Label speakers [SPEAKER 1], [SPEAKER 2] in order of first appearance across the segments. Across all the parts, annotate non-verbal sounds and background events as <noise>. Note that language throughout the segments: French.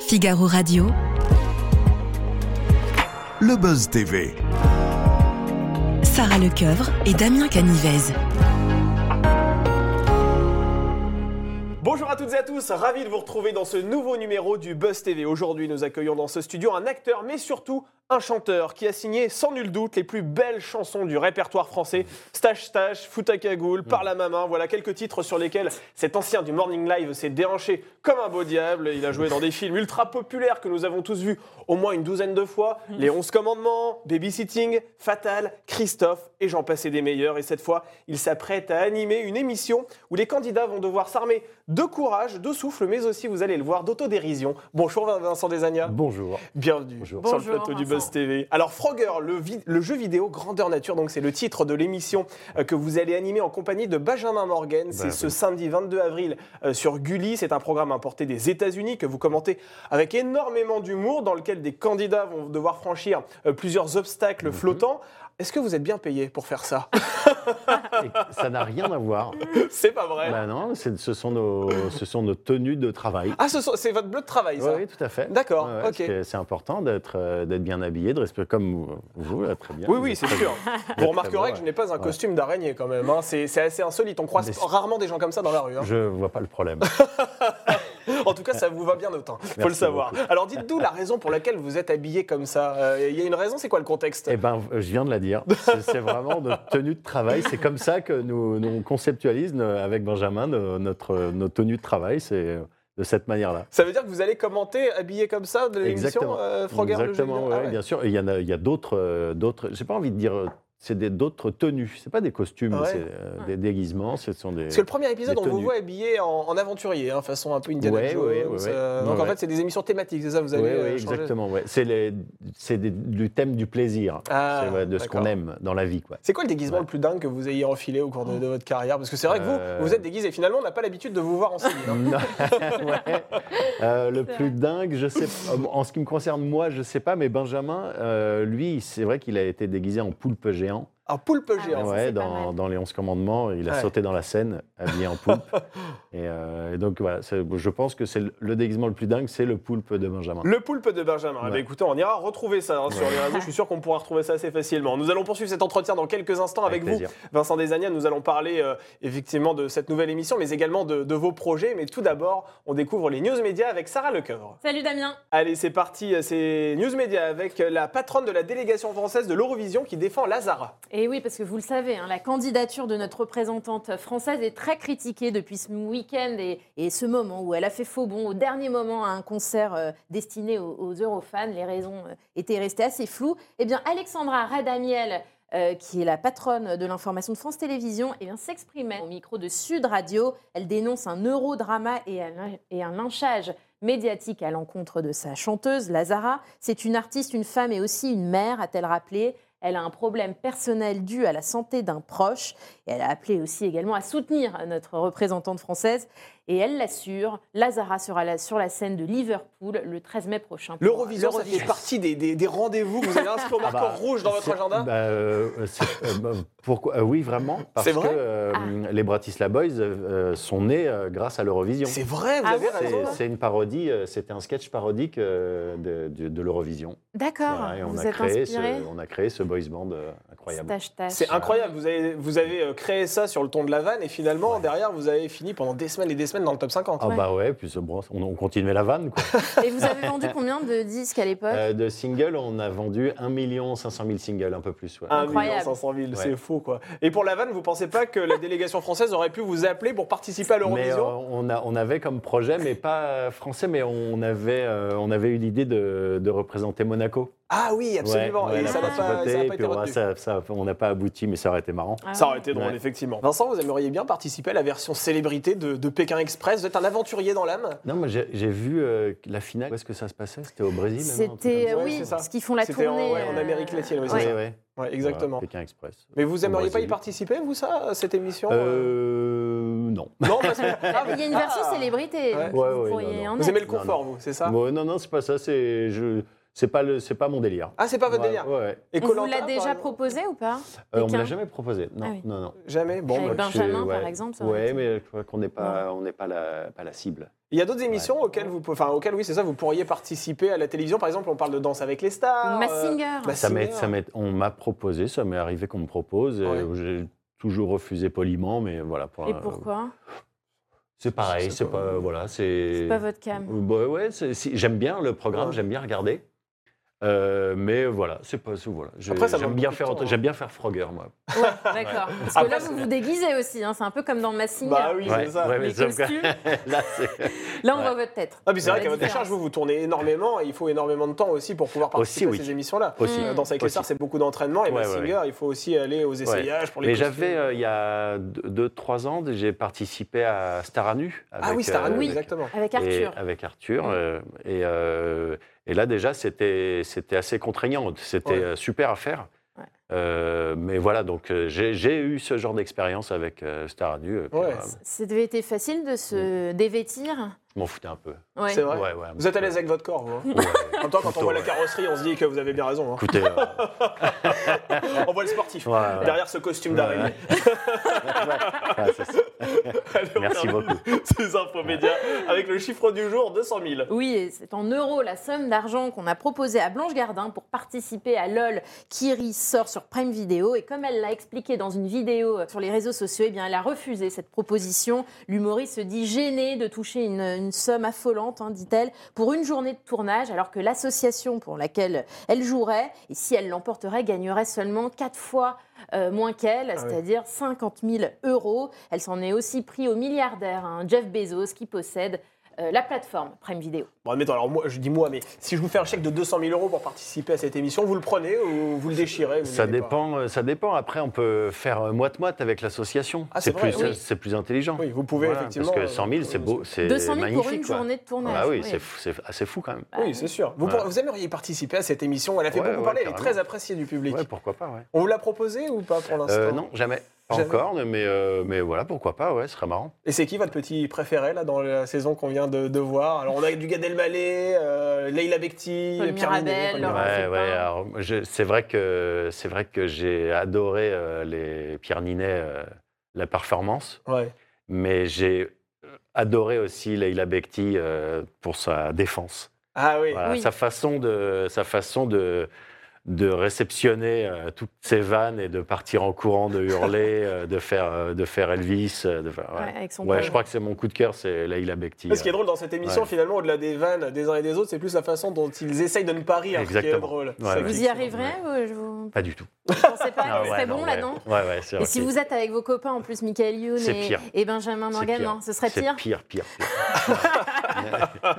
[SPEAKER 1] Figaro Radio.
[SPEAKER 2] Le Buzz TV.
[SPEAKER 1] Sarah Lecoeuvre et Damien Canivez.
[SPEAKER 3] Bonjour à toutes et à tous, ravi de vous retrouver dans ce nouveau numéro du Buzz TV. Aujourd'hui, nous accueillons dans ce studio un acteur, mais surtout un chanteur qui a signé sans nul doute les plus belles chansons du répertoire français. Stache Stache, Foutakagoul, Par la Maman, voilà quelques titres sur lesquels cet ancien du Morning Live s'est déhanché comme un beau diable. Il a joué dans des films ultra populaires que nous avons tous vus au moins une douzaine de fois. Les Onze Commandements, Babysitting, Fatal, Christophe et j'en passais des meilleurs. Et cette fois, il s'apprête à animer une émission où les candidats vont devoir s'armer de courage, de souffle, mais aussi, vous allez le voir, d'autodérision. Bonjour Vincent Desagna.
[SPEAKER 4] Bonjour.
[SPEAKER 3] Bienvenue
[SPEAKER 4] Bonjour.
[SPEAKER 3] sur
[SPEAKER 5] Bonjour,
[SPEAKER 3] le plateau du Buzz
[SPEAKER 5] Vincent.
[SPEAKER 3] TV. Alors Frogger, le, vi- le jeu vidéo Grandeur Nature, donc c'est le titre de l'émission euh, que vous allez animer en compagnie de Benjamin Morgan. c'est
[SPEAKER 4] Ben oui.
[SPEAKER 3] ce samedi 22 avril euh, sur Gulli. C'est un programme importé des États-Unis que vous commentez avec énormément d'humour, dans lequel des candidats vont devoir franchir euh, plusieurs obstacles
[SPEAKER 4] Mhm.
[SPEAKER 3] flottants. Est-ce que vous êtes bien payé pour faire ça <laughs>
[SPEAKER 4] Et ça n'a rien à voir.
[SPEAKER 3] C'est pas vrai.
[SPEAKER 4] Bah non, c'est- ce sont, nos, ce sont nos tenues de travail.
[SPEAKER 3] Ah, ce sont- c'est votre bleu de travail, ça
[SPEAKER 4] Oui, oui, tout à fait.
[SPEAKER 3] D'accord,
[SPEAKER 4] Ouais, ouais, parce
[SPEAKER 3] ok.
[SPEAKER 4] que C'est important d'être euh, d'être bien habillé, de respecter comme vous- vous, là, très bien.
[SPEAKER 3] Oui,
[SPEAKER 4] Vous
[SPEAKER 3] oui,
[SPEAKER 4] êtes
[SPEAKER 3] c'est
[SPEAKER 4] très
[SPEAKER 3] sûr.
[SPEAKER 4] bien.
[SPEAKER 3] Vous
[SPEAKER 4] Très
[SPEAKER 3] remarquerez
[SPEAKER 4] bon,
[SPEAKER 3] que je
[SPEAKER 4] ouais.
[SPEAKER 3] n'ai pas un
[SPEAKER 4] Ouais.
[SPEAKER 3] costume d'araignée quand même. hein. C'est c'est assez insolite. On croise
[SPEAKER 4] Mais c'est-
[SPEAKER 3] rarement des gens comme ça dans la rue. hein.
[SPEAKER 4] Je vois pas
[SPEAKER 3] <laughs>
[SPEAKER 4] le problème.
[SPEAKER 3] En tout cas, ça vous va bien autant. Faut le
[SPEAKER 4] Merci
[SPEAKER 3] savoir. Alors dites-nous la raison pour laquelle vous êtes habillé comme ça. Euh, Il y a une raison, c'est quoi le contexte
[SPEAKER 4] eh ben, je viens de la dire. C'est c'est vraiment notre tenue de travail. C'est comme ça que nous, nous on conceptualise euh, avec Benjamin nos- notre, euh, nos tenues de travail. C'est euh, de cette manière-là.
[SPEAKER 3] Ça veut dire que vous allez commenter habillé comme ça de l'émission euh, Frogger le
[SPEAKER 4] Exactement,
[SPEAKER 3] jeudi Ah
[SPEAKER 4] ouais,
[SPEAKER 3] ouais.
[SPEAKER 4] bien sûr. Et Il y en a, il y a d'autres, euh, d'autres. J'ai pas envie de dire, euh, c'est des d'autres tenues. C'est pas des costumes,
[SPEAKER 3] Ouais.
[SPEAKER 4] c'est euh, des déguisements. Ce sont des.
[SPEAKER 3] Parce que le premier épisode,
[SPEAKER 4] Des
[SPEAKER 3] on vous
[SPEAKER 4] tenues.
[SPEAKER 3] voit habillé en, en aventurier, hein, façon un peu Indiana
[SPEAKER 4] Ouais,
[SPEAKER 3] Jones.
[SPEAKER 4] ouais, ouais, ouais.
[SPEAKER 3] euh, donc en
[SPEAKER 4] Ouais,
[SPEAKER 3] fait,
[SPEAKER 4] ouais.
[SPEAKER 3] c'est des émissions thématiques, c'est ça Vous
[SPEAKER 4] Oui,
[SPEAKER 3] allez
[SPEAKER 4] oui,
[SPEAKER 3] euh, changer-
[SPEAKER 4] exactement. Ouais. C'est les- c'est des- du thème du plaisir,
[SPEAKER 3] Ah,
[SPEAKER 4] C'est, ouais, de ce
[SPEAKER 3] d'accord.
[SPEAKER 4] qu'on aime dans la vie, quoi.
[SPEAKER 3] C'est quoi le déguisement
[SPEAKER 4] Ouais.
[SPEAKER 3] le plus dingue que vous ayez enfilé au cours de, de votre carrière Parce que c'est vrai que
[SPEAKER 4] Euh.
[SPEAKER 3] vous, vous êtes déguisé. Finalement, on n'a pas l'habitude de vous
[SPEAKER 4] <laughs>
[SPEAKER 3] voir en civil. hein. <laughs>
[SPEAKER 4] Non. Ouais. Euh, le
[SPEAKER 5] C'est
[SPEAKER 4] plus
[SPEAKER 5] vrai.
[SPEAKER 4] dingue, je sais. euh, En ce qui me concerne, moi, je sais pas, mais Benjamin, euh, lui, c'est vrai qu'il a été déguisé en poulpe géant.
[SPEAKER 3] Un poulpe
[SPEAKER 5] Ah
[SPEAKER 3] géant.
[SPEAKER 5] ça,
[SPEAKER 4] Ouais,
[SPEAKER 5] c'est pas
[SPEAKER 4] dans,
[SPEAKER 5] mal.
[SPEAKER 4] dans les 11 commandements, il a
[SPEAKER 3] Ouais.
[SPEAKER 4] sauté dans la Seine, habillé
[SPEAKER 3] <laughs>
[SPEAKER 4] en poulpe. et, euh, et donc, voilà, c'est- je pense que c'est le, le déguisement le plus dingue, c'est le poulpe de Benjamin.
[SPEAKER 3] Le poulpe de Benjamin. Eh ben,
[SPEAKER 4] Ouais.
[SPEAKER 3] écoutez, on ira retrouver ça hein, sur les réseaux. Je suis sûr qu'on pourra retrouver ça assez facilement. Nous allons poursuivre cet entretien dans quelques instants avec, vous,
[SPEAKER 4] plaisir.
[SPEAKER 3] Vincent Desagna. Nous allons parler euh, effectivement de cette nouvelle émission, mais également de, de vos projets. Mais tout d'abord, on découvre les news médias avec Sarah Lecoeuvre.
[SPEAKER 5] Salut Damien.
[SPEAKER 3] Allez, c'est parti. euh, C'est news médias avec euh, la patronne de la délégation française de l'Eurovision qui défend Lazara.
[SPEAKER 5] Et Eh oui, parce que vous le savez, hein, la candidature de notre représentante française est très critiquée depuis ce week-end et, et ce moment où elle a fait faux bond au dernier moment à un concert euh, destiné aux, aux Eurofans. Les raisons euh, étaient restées assez floues. Eh bien, Alexandra Radamiel, euh, qui est la patronne de l'information de France Télévisions, eh bien, s'exprimait au micro de Sud Radio. Elle dénonce un eurodrama et un- et un lynchage médiatique à l'encontre de sa chanteuse, Lazara. C'est une artiste, une femme et aussi une mère, a-t-elle rappelé. Elle a un problème personnel dû à la santé d'un proche. Et elle a appelé aussi également à soutenir notre représentante française. Et elle l'assure, Lazara sera là- sur la scène de Liverpool le 13 mai prochain. pour
[SPEAKER 3] L'Eurovision, ça fait
[SPEAKER 5] l'Eurovision.
[SPEAKER 3] partie des, des- des rendez-vous que vous avez inscrits
[SPEAKER 4] <laughs>
[SPEAKER 3] au
[SPEAKER 4] Ah
[SPEAKER 3] marqueur
[SPEAKER 4] bah,
[SPEAKER 3] rouge dans votre
[SPEAKER 4] c'est-
[SPEAKER 3] agenda
[SPEAKER 4] bah, euh, c'est- euh, bah, pourquoi, euh, Oui, vraiment. Parce
[SPEAKER 3] C'est vrai
[SPEAKER 4] que euh,
[SPEAKER 5] Ah.
[SPEAKER 4] les Bratislava Boys euh, sont nés euh, grâce à l'Eurovision.
[SPEAKER 3] C'est vrai, vous
[SPEAKER 5] Ah
[SPEAKER 3] avez
[SPEAKER 5] ouais
[SPEAKER 3] raison. hein.
[SPEAKER 4] C'est- C'est une parodie, euh, c'était un sketch parodique euh, de, de- de l'Eurovision.
[SPEAKER 5] D'accord,
[SPEAKER 4] Voilà, et on,
[SPEAKER 5] Ah, vous
[SPEAKER 4] a
[SPEAKER 5] êtes
[SPEAKER 4] créé
[SPEAKER 5] inspiré.
[SPEAKER 4] ce, on a créé ce boys band euh, incroyable.
[SPEAKER 5] Tâche, tâche.
[SPEAKER 3] C'est incroyable, vous avez, vous avez euh, créé ça sur le ton de la vanne et finalement, derrière, vous avez fini pendant des semaines et des semaines dans le top 50.
[SPEAKER 4] Ah
[SPEAKER 5] Ouais.
[SPEAKER 4] bah ouais, puis euh, bon, on, on continuait la vanne. Quoi.
[SPEAKER 5] Et vous avez vendu combien de disques à l'époque
[SPEAKER 4] Euh, de singles, on a vendu 1 500 000 singles, un peu plus. ouais.
[SPEAKER 3] 1
[SPEAKER 5] Incroyable.
[SPEAKER 3] 500 000, c'est
[SPEAKER 4] Ouais.
[SPEAKER 3] fou quoi. Et pour la vanne, vous pensez pas que la délégation française aurait pu vous appeler pour participer à
[SPEAKER 4] Mais euh,
[SPEAKER 3] l'Eurovision
[SPEAKER 4] on, a- on avait comme projet, mais pas euh, français, mais on avait, euh, on avait eu l'idée de, de représenter Monaco.
[SPEAKER 3] Ah oui, absolument.
[SPEAKER 4] Ouais, on
[SPEAKER 3] et
[SPEAKER 4] a
[SPEAKER 3] ça n'a pas,
[SPEAKER 4] participé,
[SPEAKER 3] ça n'a pas été
[SPEAKER 4] puis on a-
[SPEAKER 3] retenu.
[SPEAKER 4] ça- ça- on n'a pas abouti, mais ça aurait été marrant.
[SPEAKER 5] Ah
[SPEAKER 3] Ça
[SPEAKER 5] ouais.
[SPEAKER 3] aurait été drôle,
[SPEAKER 4] Ouais.
[SPEAKER 3] effectivement. Vincent, vous aimeriez bien participer à la version célébrité de, de Pékin Express Vous êtes un aventurier dans l'âme
[SPEAKER 4] Non, moi j'ai j'ai vu euh, la finale. Où est-ce que ça se passait C'était au Brésil même, un truc
[SPEAKER 5] C'était,
[SPEAKER 4] comme
[SPEAKER 3] Ouais,
[SPEAKER 5] oui,
[SPEAKER 3] c'est ça.
[SPEAKER 5] parce qu'ils font la
[SPEAKER 3] C'était en-
[SPEAKER 5] tournée.
[SPEAKER 3] ouais, en
[SPEAKER 5] euh,
[SPEAKER 3] Amérique latine, oui,
[SPEAKER 4] ça
[SPEAKER 3] c'est
[SPEAKER 5] ouais.
[SPEAKER 3] ça.
[SPEAKER 4] Ouais, ouais.
[SPEAKER 3] Ouais, exactement.
[SPEAKER 4] Voilà, Pékin Express.
[SPEAKER 3] Mais vous aimeriez pas y
[SPEAKER 4] Brésil.
[SPEAKER 3] participer, vous, ça, à cette émission euh,
[SPEAKER 4] Euh, non.
[SPEAKER 3] Non, parce
[SPEAKER 4] <laughs>
[SPEAKER 3] que. Ah,
[SPEAKER 5] Il y a une version
[SPEAKER 3] ah.
[SPEAKER 5] célébrité.
[SPEAKER 3] Ouais.
[SPEAKER 5] donc
[SPEAKER 4] Ouais,
[SPEAKER 5] vous
[SPEAKER 4] ouais,
[SPEAKER 5] pourriez
[SPEAKER 4] non, non.
[SPEAKER 5] en
[SPEAKER 3] Vous
[SPEAKER 5] être.
[SPEAKER 3] aimez le
[SPEAKER 4] <laughs> Non,
[SPEAKER 3] confort, vous, c'est ça
[SPEAKER 4] Bon, non, non, c'est pas ça. C'est je. c'est pas le, c'est pas mon délire.
[SPEAKER 3] Ah, c'est pas votre
[SPEAKER 4] Ouais,
[SPEAKER 3] délire.
[SPEAKER 4] ouais, ouais.
[SPEAKER 3] Et
[SPEAKER 5] On vous
[SPEAKER 3] Koh-Lanta,
[SPEAKER 5] l'a
[SPEAKER 3] par
[SPEAKER 5] déjà
[SPEAKER 3] exemple
[SPEAKER 5] proposé ou pas
[SPEAKER 4] Euh, on me
[SPEAKER 5] Pékin
[SPEAKER 4] l'a jamais proposé. Non,
[SPEAKER 5] Ah oui.
[SPEAKER 4] non, non.
[SPEAKER 3] Jamais. Bon,
[SPEAKER 5] Avec
[SPEAKER 3] bah,
[SPEAKER 4] bah,
[SPEAKER 5] Benjamin,
[SPEAKER 4] tu-
[SPEAKER 5] par
[SPEAKER 4] ouais.
[SPEAKER 5] exemple ça aurait
[SPEAKER 4] Ouais,
[SPEAKER 5] été-
[SPEAKER 4] mais je crois qu'on n'est pas, on n'est pas la, pas la cible.
[SPEAKER 3] Il y a d'autres émissions
[SPEAKER 4] Ouais.
[SPEAKER 3] auxquelles vous, pou- enfin auxquelles oui c'est ça, vous pourriez participer à la télévision. Par exemple, on parle de Danse avec les stars. euh,
[SPEAKER 5] Massinger.
[SPEAKER 3] Mass-
[SPEAKER 4] Ça m'est,
[SPEAKER 3] Singer.
[SPEAKER 4] ça m'est- on m'a proposé, ça m'est arrivé qu'on me propose. et
[SPEAKER 3] Ouais.
[SPEAKER 4] J'ai toujours refusé poliment, mais voilà. Pour
[SPEAKER 5] Et
[SPEAKER 4] un-
[SPEAKER 5] pourquoi
[SPEAKER 4] C'est pareil,
[SPEAKER 3] C'est
[SPEAKER 4] c'est
[SPEAKER 3] pas-
[SPEAKER 4] pas, voilà, c'est.
[SPEAKER 5] C'est pas votre cam.
[SPEAKER 4] Bah ouais, c'est- si- j'aime bien le programme,
[SPEAKER 3] Ouais.
[SPEAKER 4] j'aime bien regarder. Euh, mais voilà, c'est pas c'est- voilà. je-
[SPEAKER 3] Après, ça
[SPEAKER 4] J'aime
[SPEAKER 3] demande
[SPEAKER 4] bien
[SPEAKER 3] beaucoup de
[SPEAKER 4] faire,
[SPEAKER 3] temps,
[SPEAKER 4] autre-
[SPEAKER 3] hein.
[SPEAKER 4] j'aime bien faire Frogger moi.
[SPEAKER 5] D'accord. Parce que
[SPEAKER 3] Après,
[SPEAKER 5] là,
[SPEAKER 3] c'est-
[SPEAKER 5] vous vous déguisez aussi. hein, C'est un peu comme dans Massinger.
[SPEAKER 3] Bah oui,
[SPEAKER 4] Ouais,
[SPEAKER 3] c'est ça.
[SPEAKER 4] ouais, mais
[SPEAKER 5] Les
[SPEAKER 4] sauf que-
[SPEAKER 5] costumes.
[SPEAKER 4] <laughs>
[SPEAKER 5] Hmm.
[SPEAKER 4] là, c'est-
[SPEAKER 5] Là, on
[SPEAKER 4] Ouais.
[SPEAKER 5] voit votre tête.
[SPEAKER 3] Ah, puis c'est vrai
[SPEAKER 5] La
[SPEAKER 3] qu'à votre
[SPEAKER 5] différence.
[SPEAKER 3] décharge, vous vous tournez énormément et il faut énormément de temps aussi pour pouvoir participer
[SPEAKER 4] Aussi,
[SPEAKER 3] à
[SPEAKER 4] oui.
[SPEAKER 3] ces émissions-là.
[SPEAKER 4] aussi.
[SPEAKER 5] Mm.
[SPEAKER 3] Dans avec les
[SPEAKER 4] Aussi.
[SPEAKER 3] stars, c'est beaucoup d'entraînement et
[SPEAKER 4] Ouais, ouais,
[SPEAKER 3] Massinger, il faut aussi aller aux essayages pour les
[SPEAKER 4] Mais
[SPEAKER 3] costumes.
[SPEAKER 4] j'avais euh, il y a 2-3 ans, j'ai participé à Star à nu.
[SPEAKER 3] Ah oui, Star
[SPEAKER 4] euh,
[SPEAKER 3] oui.
[SPEAKER 5] oui.
[SPEAKER 4] avec-
[SPEAKER 3] exactement.
[SPEAKER 5] Avec
[SPEAKER 4] et-
[SPEAKER 5] Arthur.
[SPEAKER 4] avec Arthur. euh, et, euh, et là, déjà, c'était c'était assez contraignant. C'était
[SPEAKER 3] Ouais.
[SPEAKER 4] euh, super à faire.
[SPEAKER 5] Ouais.
[SPEAKER 4] Euh, mais voilà, donc euh, j'ai j'ai eu ce genre d'expérience avec euh, Star à nu. et puis,
[SPEAKER 3] Ouais.
[SPEAKER 4] euh,
[SPEAKER 5] Ça devait être facile de se dévêtir.
[SPEAKER 4] je m'en foutais un peu.
[SPEAKER 5] Ouais.
[SPEAKER 3] C'est vrai.
[SPEAKER 4] Ouais, ouais, un
[SPEAKER 3] Vous êtes à
[SPEAKER 4] peu.
[SPEAKER 3] l'aise avec votre corps, vous.
[SPEAKER 4] <laughs>
[SPEAKER 3] hein.
[SPEAKER 4] Ouais.
[SPEAKER 3] <laughs> En même temps, quand on
[SPEAKER 4] euh, Plutôt,
[SPEAKER 3] voit la
[SPEAKER 4] ouais.
[SPEAKER 3] carrosserie, on se dit que vous avez bien raison. hein.
[SPEAKER 4] Écoutez, euh,
[SPEAKER 3] <laughs> On voit le sportif
[SPEAKER 4] Ouais, ouais.
[SPEAKER 3] derrière ce costume
[SPEAKER 4] Ouais,
[SPEAKER 3] d'araignée.
[SPEAKER 4] <laughs> ouais, c'est ça.
[SPEAKER 3] <laughs> Allez, on
[SPEAKER 4] Merci
[SPEAKER 3] termine
[SPEAKER 4] beaucoup.
[SPEAKER 3] <laughs> Ces infos médias avec le chiffre du jour 200 000.
[SPEAKER 5] Oui, et c'est en euros la somme d'argent qu'on a proposée à Blanche Gardin pour participer à LOL qui sort sur Prime Video. Et comme elle l'a expliqué dans une vidéo euh, sur les réseaux sociaux, eh bien, elle a refusé cette proposition. L'humoriste se dit gêné de toucher une, une somme affolante, hein, dit-elle, pour une journée de tournage, alors que l'association pour laquelle elle jouerait, et si elle l'emporterait, gagnerait seulement 4 fois euh, moins qu'elle,
[SPEAKER 3] oui.
[SPEAKER 5] c'est-à-dire 50 000 euros. Elle s'en est aussi pris au milliardaire hein, Jeff Bezos qui possède euh, la plateforme Prime Video.
[SPEAKER 3] Bon, admettons, alors moi, je dis moi, mais si je vous fais un chèque de 200 000 euros pour participer à cette émission, vous le prenez ou vous le déchirez vous
[SPEAKER 4] Ça
[SPEAKER 3] n'aimez pas
[SPEAKER 4] dépend, euh, ça dépend. Après, on peut faire euh, moite-moite avec l'association.
[SPEAKER 3] Ah, c'est
[SPEAKER 4] c'est
[SPEAKER 3] vrai,
[SPEAKER 4] plus,
[SPEAKER 3] oui.
[SPEAKER 4] c'est plus intelligent.
[SPEAKER 3] Oui, vous pouvez
[SPEAKER 4] Voilà,
[SPEAKER 3] effectivement.
[SPEAKER 4] Parce
[SPEAKER 3] euh,
[SPEAKER 4] que 100 000, c'est beau, c'est
[SPEAKER 5] 200 000
[SPEAKER 4] magnifique.
[SPEAKER 5] pour une
[SPEAKER 4] quoi.
[SPEAKER 5] journée de tournage.
[SPEAKER 4] Ah bah oui,
[SPEAKER 5] oui.
[SPEAKER 4] c'est fou- c'est assez fou quand même.
[SPEAKER 3] Bah, Oui, c'est sûr. Vous,
[SPEAKER 4] Ouais.
[SPEAKER 3] pour- vous aimeriez participer à cette émission Elle a fait
[SPEAKER 4] Ouais,
[SPEAKER 3] beaucoup
[SPEAKER 4] ouais,
[SPEAKER 3] parler, elle est
[SPEAKER 4] carrément.
[SPEAKER 3] très appréciée du public.
[SPEAKER 4] Ouais, pourquoi pas, ouais.
[SPEAKER 3] On vous l'a proposé ou pas pour l'instant
[SPEAKER 4] Euh, non, jamais. Pas
[SPEAKER 3] Jamais.
[SPEAKER 4] encore, mais, euh, mais voilà, pourquoi pas, ouais, ce serait marrant.
[SPEAKER 3] Et c'est qui votre petit préféré là dans la saison qu'on vient de, de voir Alors on a du Gad Elmaleh, euh, Leila Bekti,
[SPEAKER 5] Paul
[SPEAKER 3] Pierre Niney,
[SPEAKER 5] Mirabel,
[SPEAKER 3] Paul
[SPEAKER 5] Laurent
[SPEAKER 3] Mirabel.
[SPEAKER 4] Ouais,
[SPEAKER 5] c'est
[SPEAKER 4] ouais,
[SPEAKER 5] pas-
[SPEAKER 4] alors, je- c'est vrai que c'est vrai que j'ai adoré euh, les Pierre Ninet, euh, la performance.
[SPEAKER 3] Ouais.
[SPEAKER 4] mais j'ai euh, adoré aussi Leila Bekti euh, pour sa défense.
[SPEAKER 3] Ah oui.
[SPEAKER 4] Voilà,
[SPEAKER 5] Oui.
[SPEAKER 4] Sa façon de, sa façon de, de réceptionner euh, toutes ses vannes et de partir en courant, de hurler, <laughs> euh, de, faire, euh, de faire Elvis. euh, de faire- ouais.
[SPEAKER 5] Ouais, avec son
[SPEAKER 4] Ouais,
[SPEAKER 5] père.
[SPEAKER 4] je crois que c'est mon coup de cœur, c'est Leila Bekti. euh,
[SPEAKER 3] Ce qui est drôle dans cette émission,
[SPEAKER 4] Ouais.
[SPEAKER 3] finalement, au-delà des vannes des uns et des autres, c'est plus la façon dont ils essayent de ne pas rire qui est
[SPEAKER 4] Exactement.
[SPEAKER 3] drôle.
[SPEAKER 4] Ouais,
[SPEAKER 3] C'est
[SPEAKER 4] ouais.
[SPEAKER 5] Vous y
[SPEAKER 3] excellent.
[SPEAKER 5] arriverez vous, je vous...
[SPEAKER 4] Pas du tout.
[SPEAKER 5] vous pensez pas
[SPEAKER 4] Ah
[SPEAKER 5] que ce
[SPEAKER 4] ouais,
[SPEAKER 5] serait bon là,
[SPEAKER 4] ouais.
[SPEAKER 5] non
[SPEAKER 4] Ouais, ouais, c'est
[SPEAKER 5] Et
[SPEAKER 4] vrai
[SPEAKER 5] si
[SPEAKER 4] que
[SPEAKER 5] vous êtes avec vos copains en plus, Michael Youn
[SPEAKER 4] C'est
[SPEAKER 5] et,
[SPEAKER 4] pire.
[SPEAKER 5] et Benjamin
[SPEAKER 4] c'est
[SPEAKER 5] Morgan,
[SPEAKER 4] pire.
[SPEAKER 5] non Ce serait
[SPEAKER 4] C'est
[SPEAKER 5] pire
[SPEAKER 4] pire, pire, pire.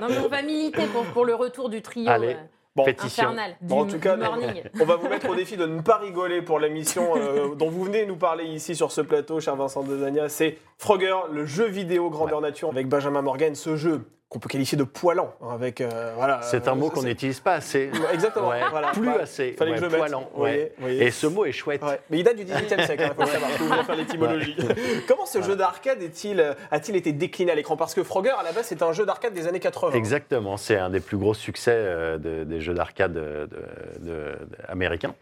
[SPEAKER 5] Non, mais on va militer pour, pour le retour du trio
[SPEAKER 4] Allez.
[SPEAKER 5] euh,
[SPEAKER 3] Bon,
[SPEAKER 4] Pétition.
[SPEAKER 5] infernal du,
[SPEAKER 3] Bon, en tout cas,
[SPEAKER 5] du
[SPEAKER 3] non.
[SPEAKER 5] morning.
[SPEAKER 3] On va vous mettre au défi de ne pas rigoler pour la mission euh, dont vous venez nous parler ici sur ce plateau, cher Vincent Desagna. C'est Frogger, le jeu vidéo grandeur nature avec Benjamin Morgan. Ce jeu qu'on peut qualifier de poilant. hein, Avec, euh, voilà,
[SPEAKER 4] C'est un mot qu'on n'utilise pas assez.
[SPEAKER 3] <laughs> Ouais, Exactement.
[SPEAKER 4] Ouais,
[SPEAKER 3] voilà.
[SPEAKER 4] plus
[SPEAKER 3] Voilà.
[SPEAKER 4] assez.
[SPEAKER 3] Fallait
[SPEAKER 4] Ouais,
[SPEAKER 3] que je le mette.
[SPEAKER 4] poilant,
[SPEAKER 3] Vous voyez,
[SPEAKER 4] ouais.
[SPEAKER 3] vous voyez.
[SPEAKER 4] Et ce mot est chouette.
[SPEAKER 3] Ouais. Mais il date du 18e siècle, il faut le savoir, si vous voulez faire l'étymologie. <laughs> Comment ce jeu d'arcade est-il, euh, a-t-il été décliné à l'écran Parce que Frogger, à la base, c'est un jeu d'arcade des années 80.
[SPEAKER 4] Exactement, c'est un des plus gros succès euh, de- des jeux d'arcade euh, de- de- de- américains.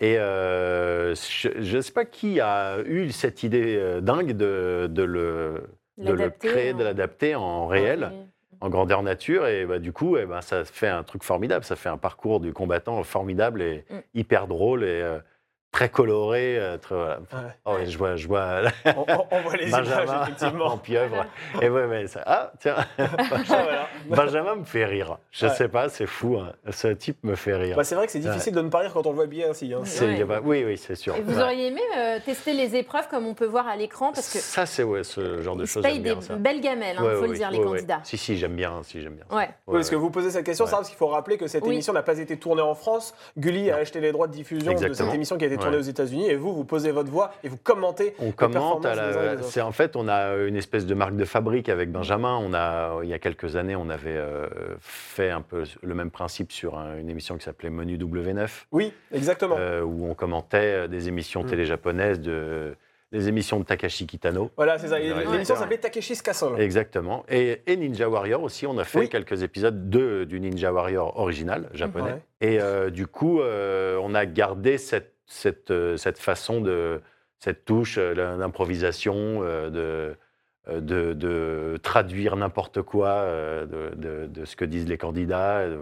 [SPEAKER 4] Et euh, je ne sais pas qui a eu cette idée euh, dingue de, de le, de <laughs> le
[SPEAKER 5] L'adapter,
[SPEAKER 4] créer,
[SPEAKER 5] hein.
[SPEAKER 4] de l'adapter en réel,
[SPEAKER 5] Ouais.
[SPEAKER 4] en grandeur nature. Et bah, du coup, eh ben, ça fait un truc formidable, ça fait un parcours du combattant formidable et
[SPEAKER 5] Mm.
[SPEAKER 4] hyper drôle et euh, très coloré. euh, très- voilà.
[SPEAKER 3] Ah Ouais.
[SPEAKER 4] Oh, et je vois, je vois
[SPEAKER 3] On, on- on voit <laughs> les images,
[SPEAKER 4] Benjamin en
[SPEAKER 3] effectivement.
[SPEAKER 5] Ah,
[SPEAKER 4] pieuvre. Et ouais, mais ça... Ah,
[SPEAKER 3] <laughs>
[SPEAKER 4] tiens
[SPEAKER 3] Ah, voilà.
[SPEAKER 4] Benjamin me fait rire. Je
[SPEAKER 3] Ouais.
[SPEAKER 4] sais pas, c'est fou. hein. Ce type me fait rire.
[SPEAKER 3] Bah, c'est vrai que c'est difficile de ne pas rire quand on le voit bien ainsi. hein.
[SPEAKER 4] C'est-
[SPEAKER 5] Ouais.
[SPEAKER 4] y a pas- Oui, oui, c'est sûr.
[SPEAKER 5] Et vous
[SPEAKER 4] Ouais.
[SPEAKER 5] auriez aimé euh, tester les épreuves comme on peut voir à l'écran parce que
[SPEAKER 4] Ça, c'est ouais, ce genre de
[SPEAKER 5] ils se
[SPEAKER 4] choses.
[SPEAKER 5] payent
[SPEAKER 4] j'aime
[SPEAKER 5] des
[SPEAKER 4] bien ça.
[SPEAKER 5] belles gamelles, il
[SPEAKER 4] Ouais,
[SPEAKER 5] faut
[SPEAKER 4] ouais,
[SPEAKER 5] le
[SPEAKER 4] oui.
[SPEAKER 5] dire, les
[SPEAKER 4] Ouais, ouais.
[SPEAKER 5] candidats.
[SPEAKER 4] Si, si, j'aime bien. Si, j'aime bien. ça.
[SPEAKER 5] Ouais.
[SPEAKER 4] Ouais,
[SPEAKER 3] Oui, parce que
[SPEAKER 4] ouais.
[SPEAKER 3] vous posez cette question,
[SPEAKER 4] Ouais.
[SPEAKER 3] ça, parce qu'il faut rappeler que cette
[SPEAKER 5] Oui.
[SPEAKER 3] émission n'a pas été tournée en France. Gulli a acheté les droits de diffusion de
[SPEAKER 4] Exactement.
[SPEAKER 3] cette émission qui a été tournée
[SPEAKER 4] Ouais.
[SPEAKER 3] aux États-unis, et vous, vous posez votre voix et vous commentez.
[SPEAKER 4] On commente. à
[SPEAKER 3] performances
[SPEAKER 4] la-
[SPEAKER 3] des uns et des autres.
[SPEAKER 4] C'est en fait, on a une espèce de marque de fabrique avec Benjamin. On a, il y a quelques années, on avait euh, fait un peu le même principe sur un- une émission qui s'appelait Menu W9.
[SPEAKER 3] Oui, exactement.
[SPEAKER 4] euh, où on commentait euh, des émissions
[SPEAKER 3] Mm.
[SPEAKER 4] télé japonaises de les émissions de Takashi Kitano.
[SPEAKER 3] Voilà, c'est ça. Et
[SPEAKER 4] Ouais.
[SPEAKER 3] L'émission
[SPEAKER 4] Ouais.
[SPEAKER 3] s'appelait Takeshi's Castle.
[SPEAKER 4] Exactement. hein. Et, et Ninja Warrior aussi, on a fait
[SPEAKER 3] Oui.
[SPEAKER 4] quelques épisodes de, du Ninja Warrior original japonais.
[SPEAKER 3] Ouais.
[SPEAKER 4] Et euh, du coup, euh, on a gardé cette, cette, euh, cette façon de. cette touche euh, d'improvisation, euh, de, euh, de, de traduire n'importe quoi euh, de, de- de ce que disent les candidats. euh,